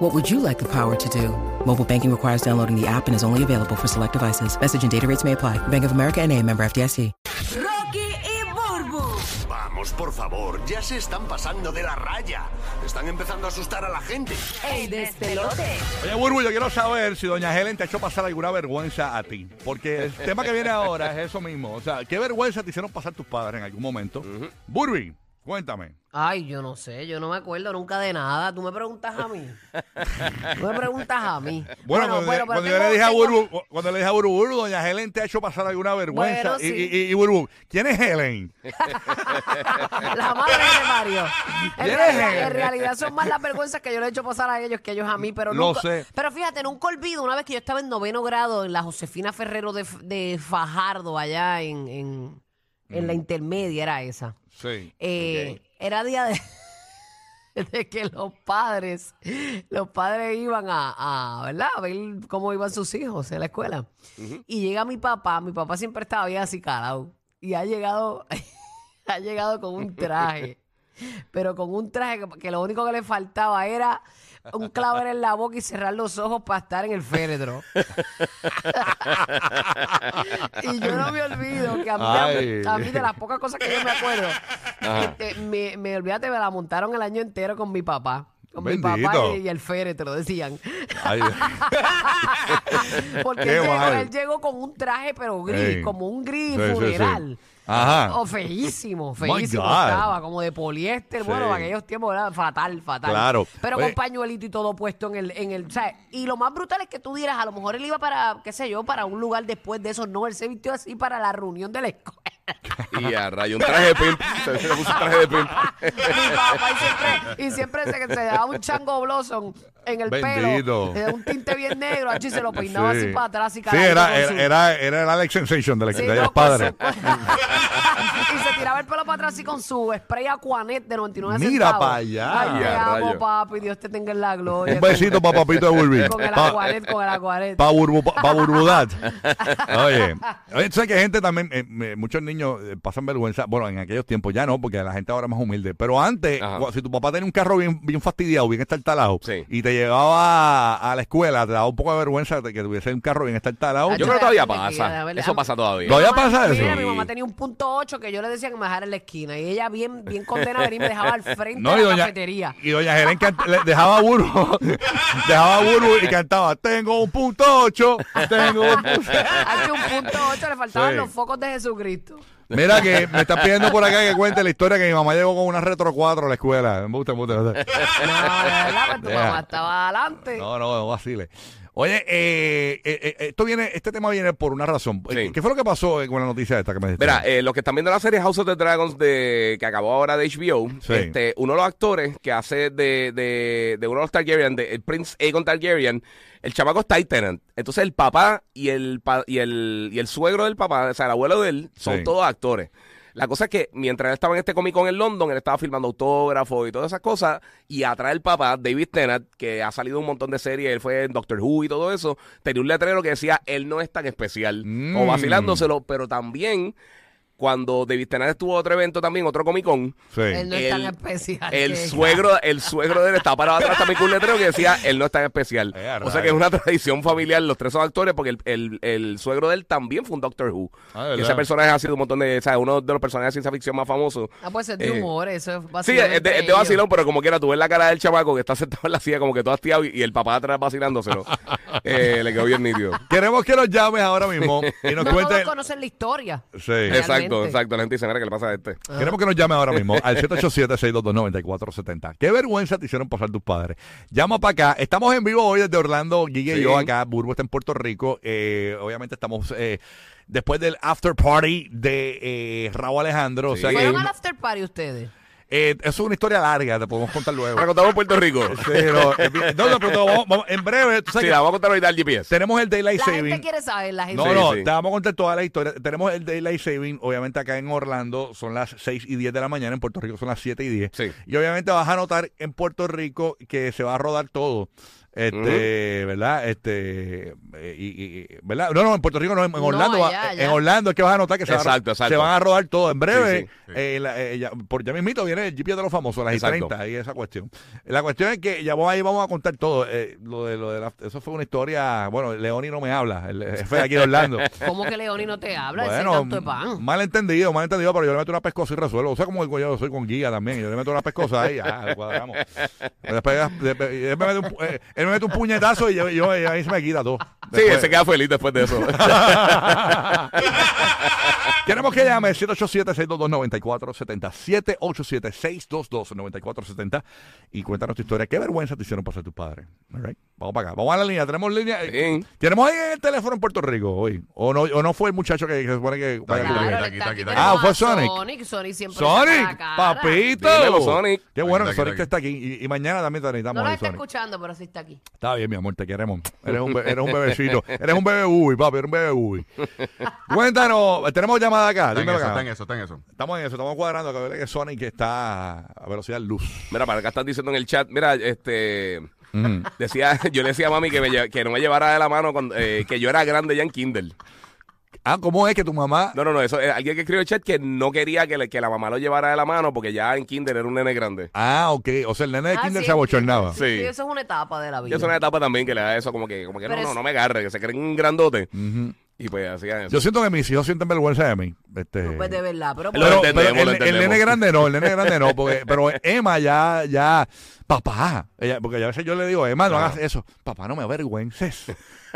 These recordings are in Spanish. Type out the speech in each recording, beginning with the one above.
What would you like the power to do? Mobile banking requires downloading the app and is only available for select devices. Message and data rates may apply. Bank of America and a member FDIC. Rocky y Burbu, Vamos, por favor, ya se están pasando de la raya. Están empezando a asustar a la gente. el despelote. Oye, Burbu, yo quiero saber si Doña Helen te ha hecho pasar alguna vergüenza a ti. Porque el tema que viene ahora es eso mismo. O sea, ¿qué vergüenza te hicieron pasar tus padres en algún momento? Burby, cuéntame. Ay, yo no sé, yo no me acuerdo nunca de nada. Tú me preguntas a mí. Tú me preguntas a mí. Bueno, cuando, pero- pero cuando yo tengo- le dije a tengo- Burbu, cu- cuando le dije a Burbu, Burbu, Doña Helen te ha hecho pasar alguna vergüenza. Bueno, Y- sí. y, y- y Burbu, ¿quién es Helen? La madre de Mario. En, ¿Quién realidad, es él? en realidad son más las vergüenzas que yo le he hecho pasar a ellos que ellos a mí. Pero Lo nunca- sé. Pero fíjate, nunca olvido una vez que yo estaba en noveno grado en la Josefina Ferrero de, de Fajardo, allá en, en, en la intermedia, era esa. Sí. Eh, Era día de, de que los padres, los padres iban a, a, ¿verdad? A ver cómo iban sus hijos en la escuela. Y llega mi papá, mi papá siempre estaba bien así calado. Y ha llegado, ha llegado con un traje. Pero con un traje que, que lo único que le faltaba era un clavel en la boca y cerrar los ojos para estar en el féretro. y yo no me olvido que a mí, Ay. a mí de las pocas cosas que yo me acuerdo, este, me, me olvídate, me la montaron el año entero con mi papá. Con mi Bendito. papá y, y el féretro, decían. Ay, Porque Qué él llegó, mal. él llegó con un traje, pero gris, Ey. como un Sí, gris sí, sí. funeral. Ajá. Oh O feísimo, My feísimo God. estaba, como de poliéster. Sí. Bueno, en aquellos tiempos era fatal, fatal. Claro. Pero Oye. con pañuelito y todo puesto en el, en el. o sea, Y lo más brutal es que tú dirás, a lo mejor él iba para, qué sé yo, para un lugar después de eso. No, él se vistió así para la reunión de la escuela. Y a rayo, un traje de pimp. Se, se le puso un traje de pimp. Mi papá y siempre, y siempre se, se daba un chango blossom en el Bendito. pelo, eh, un tinte bien negro, así se lo peinaba Sí. así para atrás y Sí, cada uno era, con su- era, era, era el Alex Sensation de, la, Sí, de no, los con padres. su- y se tiraba el pelo para atrás y con su spray Aquanet de 99 Mira centavos. pa' allá. Ay, te Ya, amo, rayo. papi. Dios te tenga en la gloria. Un besito para papito de Burby. Con el Pa- Aquanet, con el Aquanet. Pa' burbu, pa, pa' burbudad. Oye, oye, tú sabes que gente también, eh, me- muchos niños eh, pasan vergüenza. Bueno, en aquellos tiempos ya no, porque la gente ahora es más humilde. Pero antes, Ajá. cua- si tu papá tenía un carro bien, bien fastidiado, bien estartalado, Sí. y te llevaba a, a la escuela, te daba un poco de vergüenza de que tuviese un carro bien estartalado. Ah, Yo Yo creo que todavía creo que queda, pasa. ¿verdad? Eso pasa todavía. Todavía Mi mamá- pasa eso. Mira, mi mamá tenía un punto 8 que yo le decía que me dejara en la esquina. Y ella, bien, bien condenada, venía y me dejaba al frente No, de y la doña, cafetería. y doña Helen cant- le dejaba a Burbu, dejaba a Burbu y cantaba, tengo un punto ocho, tengo un punto Hay que un punto 8 le faltaban Sí. los focos de Jesucristo. Mira que me está pidiendo por acá que cuente la historia que mi mamá llegó con una retro 4 a la escuela. Me gusta, me gusta, me No, gusta. de verdad, pues tu Deja. mamá estaba adelante. No, no, no vacile. Oye, eh, eh, eh, esto viene, este tema viene por una razón. Sí. ¿Qué fue lo que pasó eh, con la noticia esta que me dijiste? Mira, eh, los que están viendo la serie House of the Dragons de, que acabó ahora de HBO, Sí. este, uno de los actores que hace de, de, de uno de los Targaryen, de, el Prince Aegon Targaryen, el chamaco es Titan. Entonces el papá y el, pa- y el y el suegro del papá, o sea, el abuelo de él, son Sí. todos actores. La cosa es que mientras él estaba en este Comic Con en London, él estaba filmando autógrafos y todas esas cosas. Y atrás el papá, David Tennant, que ha salido un montón de series, él fue en Doctor Who y todo eso, tenía un letrero que decía, él no es tan especial. Mm. Como vacilándoselo, pero también cuando David Tennant estuvo a otro evento también, otro Comic Con, sí. Él no es tan el- especial. el que- suegro, el suegro de él estaba parado atrás también con un letrero que decía, él no es tan especial. Eh, O sea rayos. que es una tradición familiar, los tres son actores, porque el, el- el suegro de él también fue un Doctor Who. Ah, ¿verdad? Que ese personaje ha sido un montón de, o sea, uno de los personajes de ciencia ficción más famosos. Ah, pues es de Eh, humor, eso es Sí, vacilón es de, entre es de vacilón, ellos. pero como quiera, tú ves la cara del chamaco que está sentado en la silla como que todo hastiado y, y el papá atrás vacilándoselo. Eh, le quedó bien nítido. Queremos que nos llames ahora mismo y nos No todos cuentes. conocen la historia. Sí. Realmente. Exacto, exacto. La gente dice, mira, ¿qué le pasa a este? Queremos que nos llame ahora mismo al 787-622-9470. Qué vergüenza te hicieron pasar tus padres. Llama para acá. Estamos en vivo hoy desde Orlando, Guille Sí. y yo acá. Burbo está en Puerto Rico. Eh, obviamente estamos eh, después del after party de eh, Raúl Alejandro. O sea Sí. que ¿Fueron al after party ustedes? Eh, eso es una historia larga, te podemos contar luego. La contamos en Puerto Rico. Sí, no, eh, no, no, pero vamos- vamos- en breve, tú sabes Sí, que la vamos a contar ahorita al GPS. tenemos el Daylight La gente Saving. quiere saber, la gente. No, Sí, no, sí. te vamos a contar toda la historia. Tenemos el Daylight Saving, obviamente acá en Orlando son las 6 y 10 de la mañana, en Puerto Rico son las 7 y 10. Sí. Y obviamente vas a notar en Puerto Rico que se va a rodar todo. Este, ¿verdad? Este, eh, y- y- y- ¿verdad? No, no, en Puerto Rico no, en, en No, Orlando. va- eh, allá, allá. En Orlando es que vas a notar que se, va a- Exacto, exacto. se van a rodar todo. En breve, Sí, sí, sí. eh, la- eh, ya, por ya mismito viene el GPS de los famosos, las y Exacto. 30 y esa cuestión. La cuestión es que ya vamos ahí, vamos a contar todo. Eh, lo de, lo de la- eso fue una historia, bueno, Leoni no me habla, el jefe de aquí de Orlando. ¿Cómo que Leoni no te habla? Ese Bueno, canto de pan. mal entendido, mal entendido, pero yo le meto una pescosa y resuelvo. O sea, como yo soy con guía también, yo le meto una pescosa ahí, ya, lo cuadramos. Pero después, después- él, me mete un, pu- eh, él me mete un puñetazo y yo, yo- y ahí se me quita todo. Sí, Después- él se queda feliz después de eso. Queremos que llame 787-622-9470. 787-622-9470. Y cuéntanos tu historia. Qué vergüenza te hicieron pasar tus padres. All right. Vamos para acá. Vamos a la línea. Tenemos línea. Bien. Tenemos ahí el teléfono en Puerto Rico hoy. O no, o no fue el muchacho que, que se supone que. Está aquí, Claro, está él aquí, está está aquí, aquí. está Tenemos aquí. Ah, fue a Sonic. Sonic, Sonic siempre saca la ¡Sonic! cara. ¡Papito! Dímelo, Sonic. Qué Aquí, bueno que aquí, Sonic aquí. está aquí. Y, y mañana también te necesitamos No este lo ahí, está Sonic. escuchando, pero sí está aquí. Está bien, mi amor, te queremos. Eres un, be- eres un bebecito. Eres un bebé uy, papi, eres un bebé uy. Cuéntanos, tenemos llamada acá. Está en Dime eso, acá. está en eso, está en eso. Estamos en eso, estamos cuadrando. Que que Sonic está a velocidad luz. Mira, para acá están diciendo en el chat, mira, este... Decía, yo le decía a mami que, me lle- que no me llevara de la mano cuando, eh, que yo era grande ya en Kindle. Ah, ¿cómo es que tu mamá? No, no, no, eso eh, alguien que escribió el chat que no quería que, le- que la mamá lo llevara de la mano porque ya en Kindle era un nene grande. Ah, ok. O sea, el nene de Ah, Kinder sí, se abochornaba. Sí, Sí. sí, eso es una etapa de la Y vida. es una etapa también que le da eso como que, como que no, Pero no, es- no me agarre, que se creen un grandote. Y pues hacían eso. Yo siento que mis hijos sienten vergüenza de mí. Este, Pues de verdad, pero Lo pero- entendemos, pero lo el, el entendemos. nene grande no, el nene grande no. Porque, pero Emma ya, ya, papá. Ella, porque a veces yo le digo, Emma, no hagas eso. Papá, no me avergüences.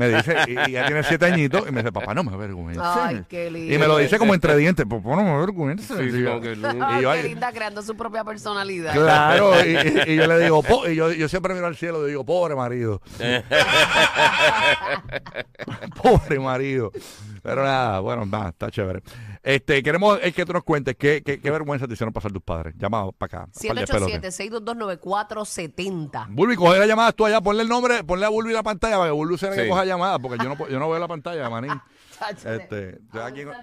Me dice, y, y ya tiene siete añitos, y me dice, papá, no me avergüences. Ay, qué lindo. Y me lo dice como entre dientes, papá, no me avergüences. Sí, sí, Y yo- como que- Ay, y yo, qué ay, linda, creando su propia personalidad. Claro, y, y- y yo le digo, po- y yo, yo siempre miro al cielo y digo, pobre marido. pobre marido. Pero nada, bueno, nada, está chévere. Este, queremos eh, que tú nos cuentes qué, qué, qué vergüenza te hicieron pasar tus padres. Llamado para acá. para el despelote. 787-622-9470. Bulbi, coge la llamada tú allá, ponle el nombre, ponle a Bulbi la pantalla para que Bulbi sea la que Sí. coja llamada, porque yo no, po- yo no veo la pantalla, manín. Este, estoy aquí con-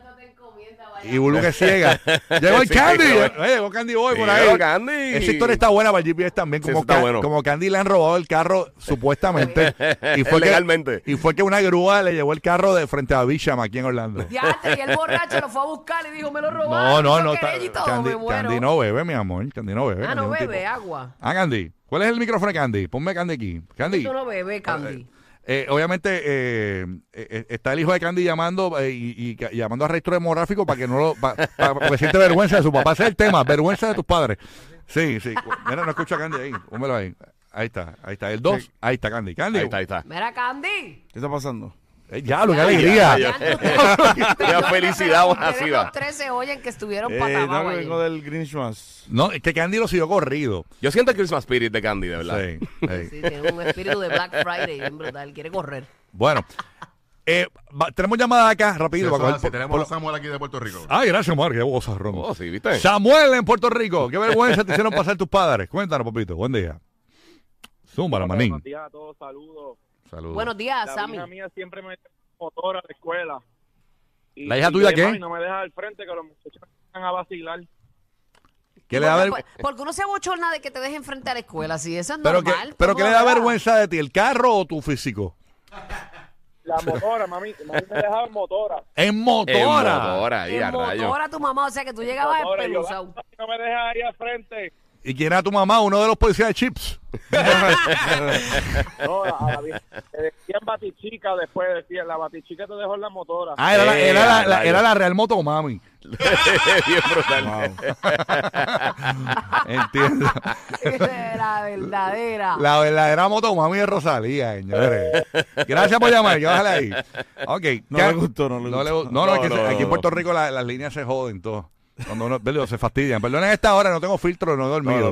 y Bulbi que ciega. Llegó el Sí, Candy, sí, llegó, eh, llegó Candy Boy por ahí. Llegó Candy. Esa historia está buena para el GPS también. Sí, Como, eso está Ca- bueno. como Candy le han robado el carro supuestamente. y fue Legalmente. Que, y fue que una grúa le llevó el carro de frente a Bisham aquí en Orlando. Ya, y el borracho lo fue a buscar y dijo, me lo No, robaron. no, yo no. querella está- y todo, Candy, me muero. Candy no bebe, mi amor. Candy no bebe. Ah, Candy es no un bebe tipo- agua. Ah, Candy. ¿Cuál es el micrófono de Candy? Ponme Candy aquí. Candy. Tú no bebes, Candy. Eh, obviamente eh, eh, eh, está el hijo de Candy llamando eh, y, y ca- llamando a registro demográfico para que no lo pa- pa- porque siente vergüenza de su papá. Ese es el tema, vergüenza de tus padres. Sí, sí. Mira, no escucho a Candy ahí. Pónmelo ahí. Ahí está, ahí está. El 2, ahí está Candy. Candy. Ahí está, ahí está. Mira, Candy. ¿Qué está pasando? Eh, ya, lo que alegría. ya, Ya, ustedes- Ya felicidad, ustedes así va. Los tres se oyen que estuvieron Eh, para no, abajo que ayer. vengo del Grinchmas. No, es que Candy lo siguió corrido. Yo siento el Christmas Spirit de Candy, de verdad. Sí, sí. Sí, tiene un espíritu de Black Friday, en verdad. Él quiere correr. Bueno, eh, va- tenemos llamada acá, Sí, rápido. eso para es coger así. por- Tenemos por a lo- Samuel aquí de Puerto Rico. Ay, gracias, Omar, qué voz ron. Oh, sí, ¿viste? Samuel en Puerto Rico. Qué vergüenza te hicieron pasar tus padres. Cuéntanos, papito. Buen día. Zumba, la manín. Buenos días a todos, saludos. Saludos. Buenos días, La Sammy. hija mía siempre me lleva motor a la escuela. Y- ¿La hija y tuya yo, qué? "Mami, No me deja al frente que los muchachos van a vacilar. ¿Qué le da Porque- pues, vergüenza? por- Porque uno se abochorna de que te dejen frente a la escuela, si eso es Pero, normal. que, pero todo ¿qué le da va. vergüenza de ti? ¿El carro o tu físico? La motora, mami. Mami me dejaba en motora. En motora. En motora, ahí, Te a rayos. motora tu mamá, o sea que tú llegabas Motora, y yo, espeluzado. "Mami, no me deja ahí al frente. ¿Y quién era tu mamá? Uno de los policías de Chips. No, a la vieja- le decían batichica después. Decían, la batichica te dejó en la motora. Ah, era, la, Eh, era, la, a la- rayos. era la Real Moto Mami. Bien brutal. Entiendo. Era verdadera. La verdadera Moto Mami es Rosalía, señores. Gracias por llamar. que bájale ahí. Ok. No ¿qué- le gustó, no le gustó. gu- No, no, es que No, se- no, aquí en no. Puerto Rico la- las líneas se joden todo. Cuando uno, perdón, se fastidian. Perdonen a esta hora, no tengo filtro, no he No, dormido. no,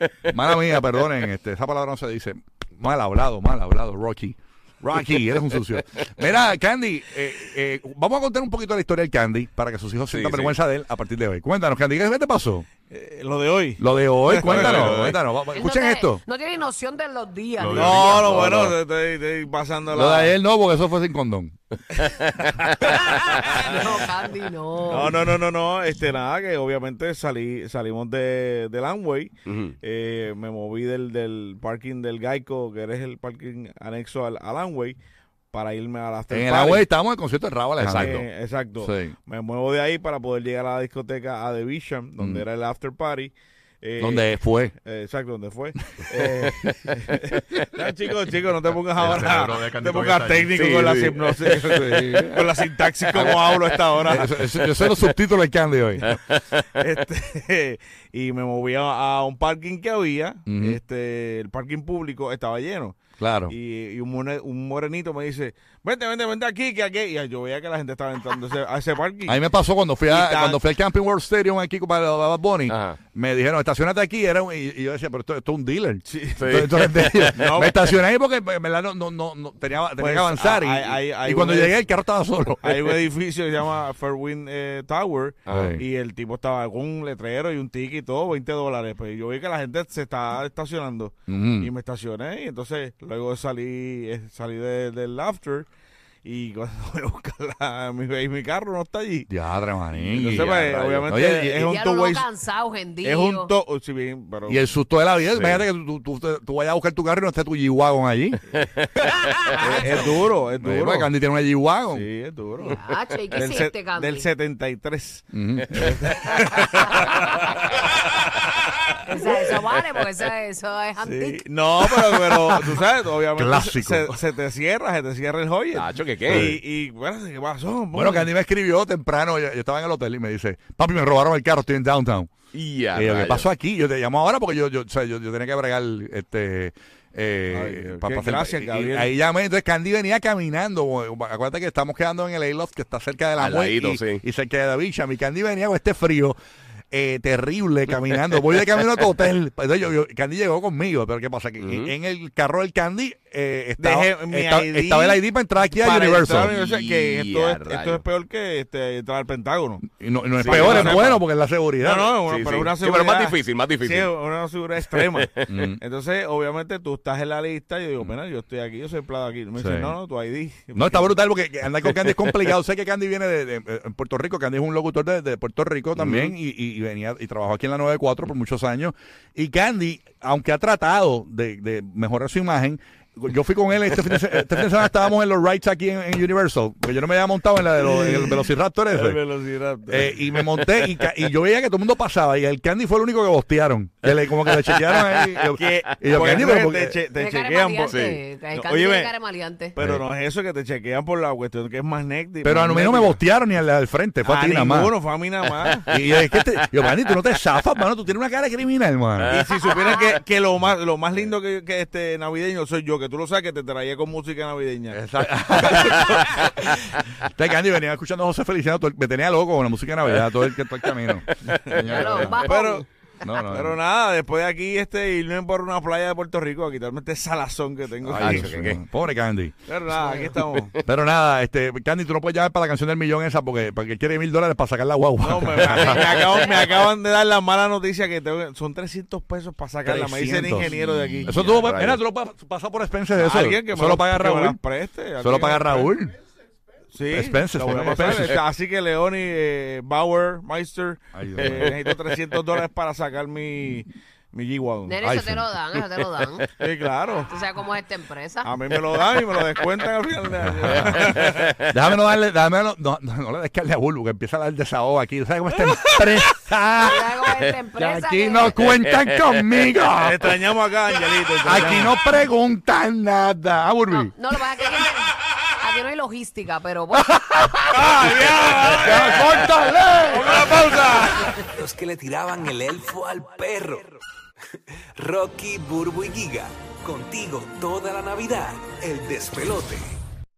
no. Mala mía, perdonen, este, esa palabra no se dice. Mal hablado, mal hablado, Rocky. Rocky, eres un sucio. Mira, Candy, eh, eh, vamos a contar un poquito la historia del Candy para que sus hijos Sí, sientan sí. vergüenza de él a partir de hoy. Cuéntanos, Candy, ¿qué qué te pasó? Eh, lo de hoy. Lo de hoy, cuéntanos, Lo de hoy. cuéntanos. Vamos, Él Escuchen no te- esto. No tiene noción de los días. No, ¿no? no, no, bueno, no. Estoy, estoy pasando Lo la. Este de él no, porque eso fue sin condón. No, Candy, no. No, no, no, no, no, este nada, que obviamente salí, salimos de, de Amway, Ujú. eh, me moví del, del parking del Geico, que eres el parking anexo al, al Amway, para irme a la after En el party. agua estábamos en el concierto de Raúl Alejandro. Eh, exacto. Sí. Me muevo de ahí para poder llegar a la discoteca a The Vision, donde Mm. era el after party. Eh, ¿Dónde fue? eh, exacto, ¿dónde fue? Eh, no, chicos, chicos, no te pongas ahora. cerebro de No Candy te pongas todavía Ah, técnico está con la Sí, sí. hipnosis, con la sintaxis como hablo a esta hora. Eso- eso- Yo sé los subtítulos del Candy hoy. Eh, Este, y me moví a, a un parking que había, Ujú. este, el parking público estaba lleno. Claro. Y, y un, more- un morenito me dice, vente, vente, vente aquí, que aquí. Y yo veía que la gente estaba entrando a ese, a ese parking. A mí me pasó cuando fui, a, Y tan- cuando fui al Camping World Stadium aquí con para Bad Bunny. Ajá. Me dijeron, estacionate aquí. Era un- y, y yo decía, pero esto, esto es un dealer. Entonces, entonces, de ellos, No. Me estacioné ahí porque en verdad no, no, no, no- tenía, tenía Pues, que avanzar. y- hay- y hay- hay y cuando un- llegué, el carro estaba solo. Hay un edificio que se llama Fairwind eh, Tower Ajá. y el tipo estaba con un letrero y un ticket y todo, 20 dólares. Pues yo vi que la gente se está estacionando Ujú. y me estacioné y entonces luego salí eh, salí de- del after y cuando voy a buscar la- mi, mi carro no está allí. Diadre, manín. Entonces, ya, pues, rayos. obviamente Oye, y- es Ya un lo two-way veo cansado, gentío. es un to sí, bien, pero Y el susto de la vida, imagínate que tú, tú, tú- tú vayas a buscar tu carro y no esté tu G-Wagon allí. es, es duro, es Me dijo duro. que pues, Candy tiene una G-Wagon. Sí, es duro. Ah, che, ¿y ¿qué Del, hiciste, se- Candy? del 73. O sea, eso vale, porque eso, eso es Sí. antique. No, pero, pero tú sabes, obviamente Clásico. Se, se te cierra, se te cierra el joyet. Tacho, ¿qué qué? Y, y bueno, ¿qué pasó? Bueno, Candy me escribió temprano, yo, yo estaba en el hotel y me dice, papi, me robaron el carro, estoy en downtown. Y a Y yo, ¿Qué rayos. Eh, pasó aquí? Yo te llamo ahora porque yo, yo, o sea, yo, yo tenía que bregar este... Ay, Eh, Dios, pa- qué pa- hacer- gracias, y- y Gabriel. ahí llamé, entonces Candy venía caminando. bo- Acuérdate que estamos quedando en el A-Loft que está cerca de la Al Muey y, ladito, sí. y cerca de la Bicha. Mi Candy venía con este frío eh, terrible caminando. Voy de camino a tu hotel. Pues, Entonces yo, yo- Candy llegó conmigo, pero ¿qué pasa? Que en- en el carro del Candy eh, estaba, Dejé mi esta- ID estaba el ID para entrar aquí a Para Universal. entrar a Universal, que esto, Y a es, esto rayos. es peor que este, entrar al Pentágono. Y no, y no es Sí, peor, que es lo bueno sepa. porque es la seguridad. No, no, Sí, bueno, pero sí. una Sí, seguridad. pero más difícil, más difícil. Sí, una seguridad extrema. Mm. Entonces, obviamente, tú estás en la lista. Y yo Mm. digo, mira, yo estoy aquí, yo soy empleado aquí. Me Sí. dicen, no, no, tu ID. No, está brutal porque que andar con Candy es complicado. sé que Candy viene de, de- en Puerto Rico. Candy es un locutor de, de Puerto Rico también y, y- y venía y trabajó aquí en la 94 por muchos años. Y Candy, aunque ha tratado de, de mejorar su imagen, yo fui con él este fin de, se- este fin de semana. Estábamos en los rides aquí en, en Universal. Porque yo no me había montado en, la de los, en el Velociraptor ese. El Velociraptor. Eh, y me monté y, ca- y yo veía que todo el mundo pasaba y el Candy fue el único que bostearon. Que le, como que le chequearon ahí. Y yo, Que- y yo, por Candy, eso pero que porque- te, che- te Tiene cara de chequean por- maleante, Sí. Candy No, tiene óyeme, cara de maleante. pero no es eso que te chequean por la cuestión que es más negri- Eh. pero a mí no me magnética. bostearon ni al, al frente, fue a, ti nada más. ninguno, fue a mí nada más. Y yo, es que te- yo, Manny, tú no te zafas, mano. Tú tienes una cara criminal, mano. Y si supieras que, que lo más lo más lindo que, que este navideño soy yo, que tú lo sabes que te traía con música navideña. Este Candy venía escuchando a José Feliciano. todo el- me tenía loco con la música de Ah. Navidad, todo el, todo el camino. Pero, bajo. Pero, no, no. pero nada, después de aquí este irme por una playa de Puerto Rico a quitarme este salazón que tengo. Ay, Nacho, Dios ¿qué, mío. Pobre Candy. pero nada, aquí estamos. Pero nada, este, Candy, tú no puedes llamar para la canción del millón esa porque, porque él quiere mil dólares para sacar la guagua. No, me, me- me acaban, me acaban de dar la mala noticia que tengo que- son 300 pesos para sacarla. Me dice el 300. ingeniero de aquí. Eso tú, Ya, mira, tú lo pa- pasas por Spencer de eso. Alguien que me Solo lo- paga que me Raúl. las preste, alguien Solo que paga me las preste. Raúl. Sí, Expenses, la voy a tenemos pasar. expenses. Este, Así que Leoni, eh, Bauer, Meister, Ay, Dios eh, mío. necesito 300 dólares para sacar mi, mi G-Wagon. Nene, Ay, eso sí. te lo dan, eso te lo dan. Sí, claro. Tú sabes cómo es esta empresa. A mí me lo dan y me lo descuentan al final de año. Déjame no darle, déjame no, no, no, no le des carne a Bulbo, que empieza a dar desahogo aquí. ¿Tú sabes cómo está empresa? Tú sabes cómo es esta Que empresa aquí que- no cuentan conmigo. Extrañamos acá, Angelito. extrañamos. Aquí no preguntan nada. Ah, No, Burbi. no, lo que pasa es que aquí, no- aquí no hay logística, pero bueno. ¡Ah! ¡Ya, córtale! Los que le tiraban el elfo al perro. Rocky, Burbu y Giga. Contigo toda la Navidad. El despelote.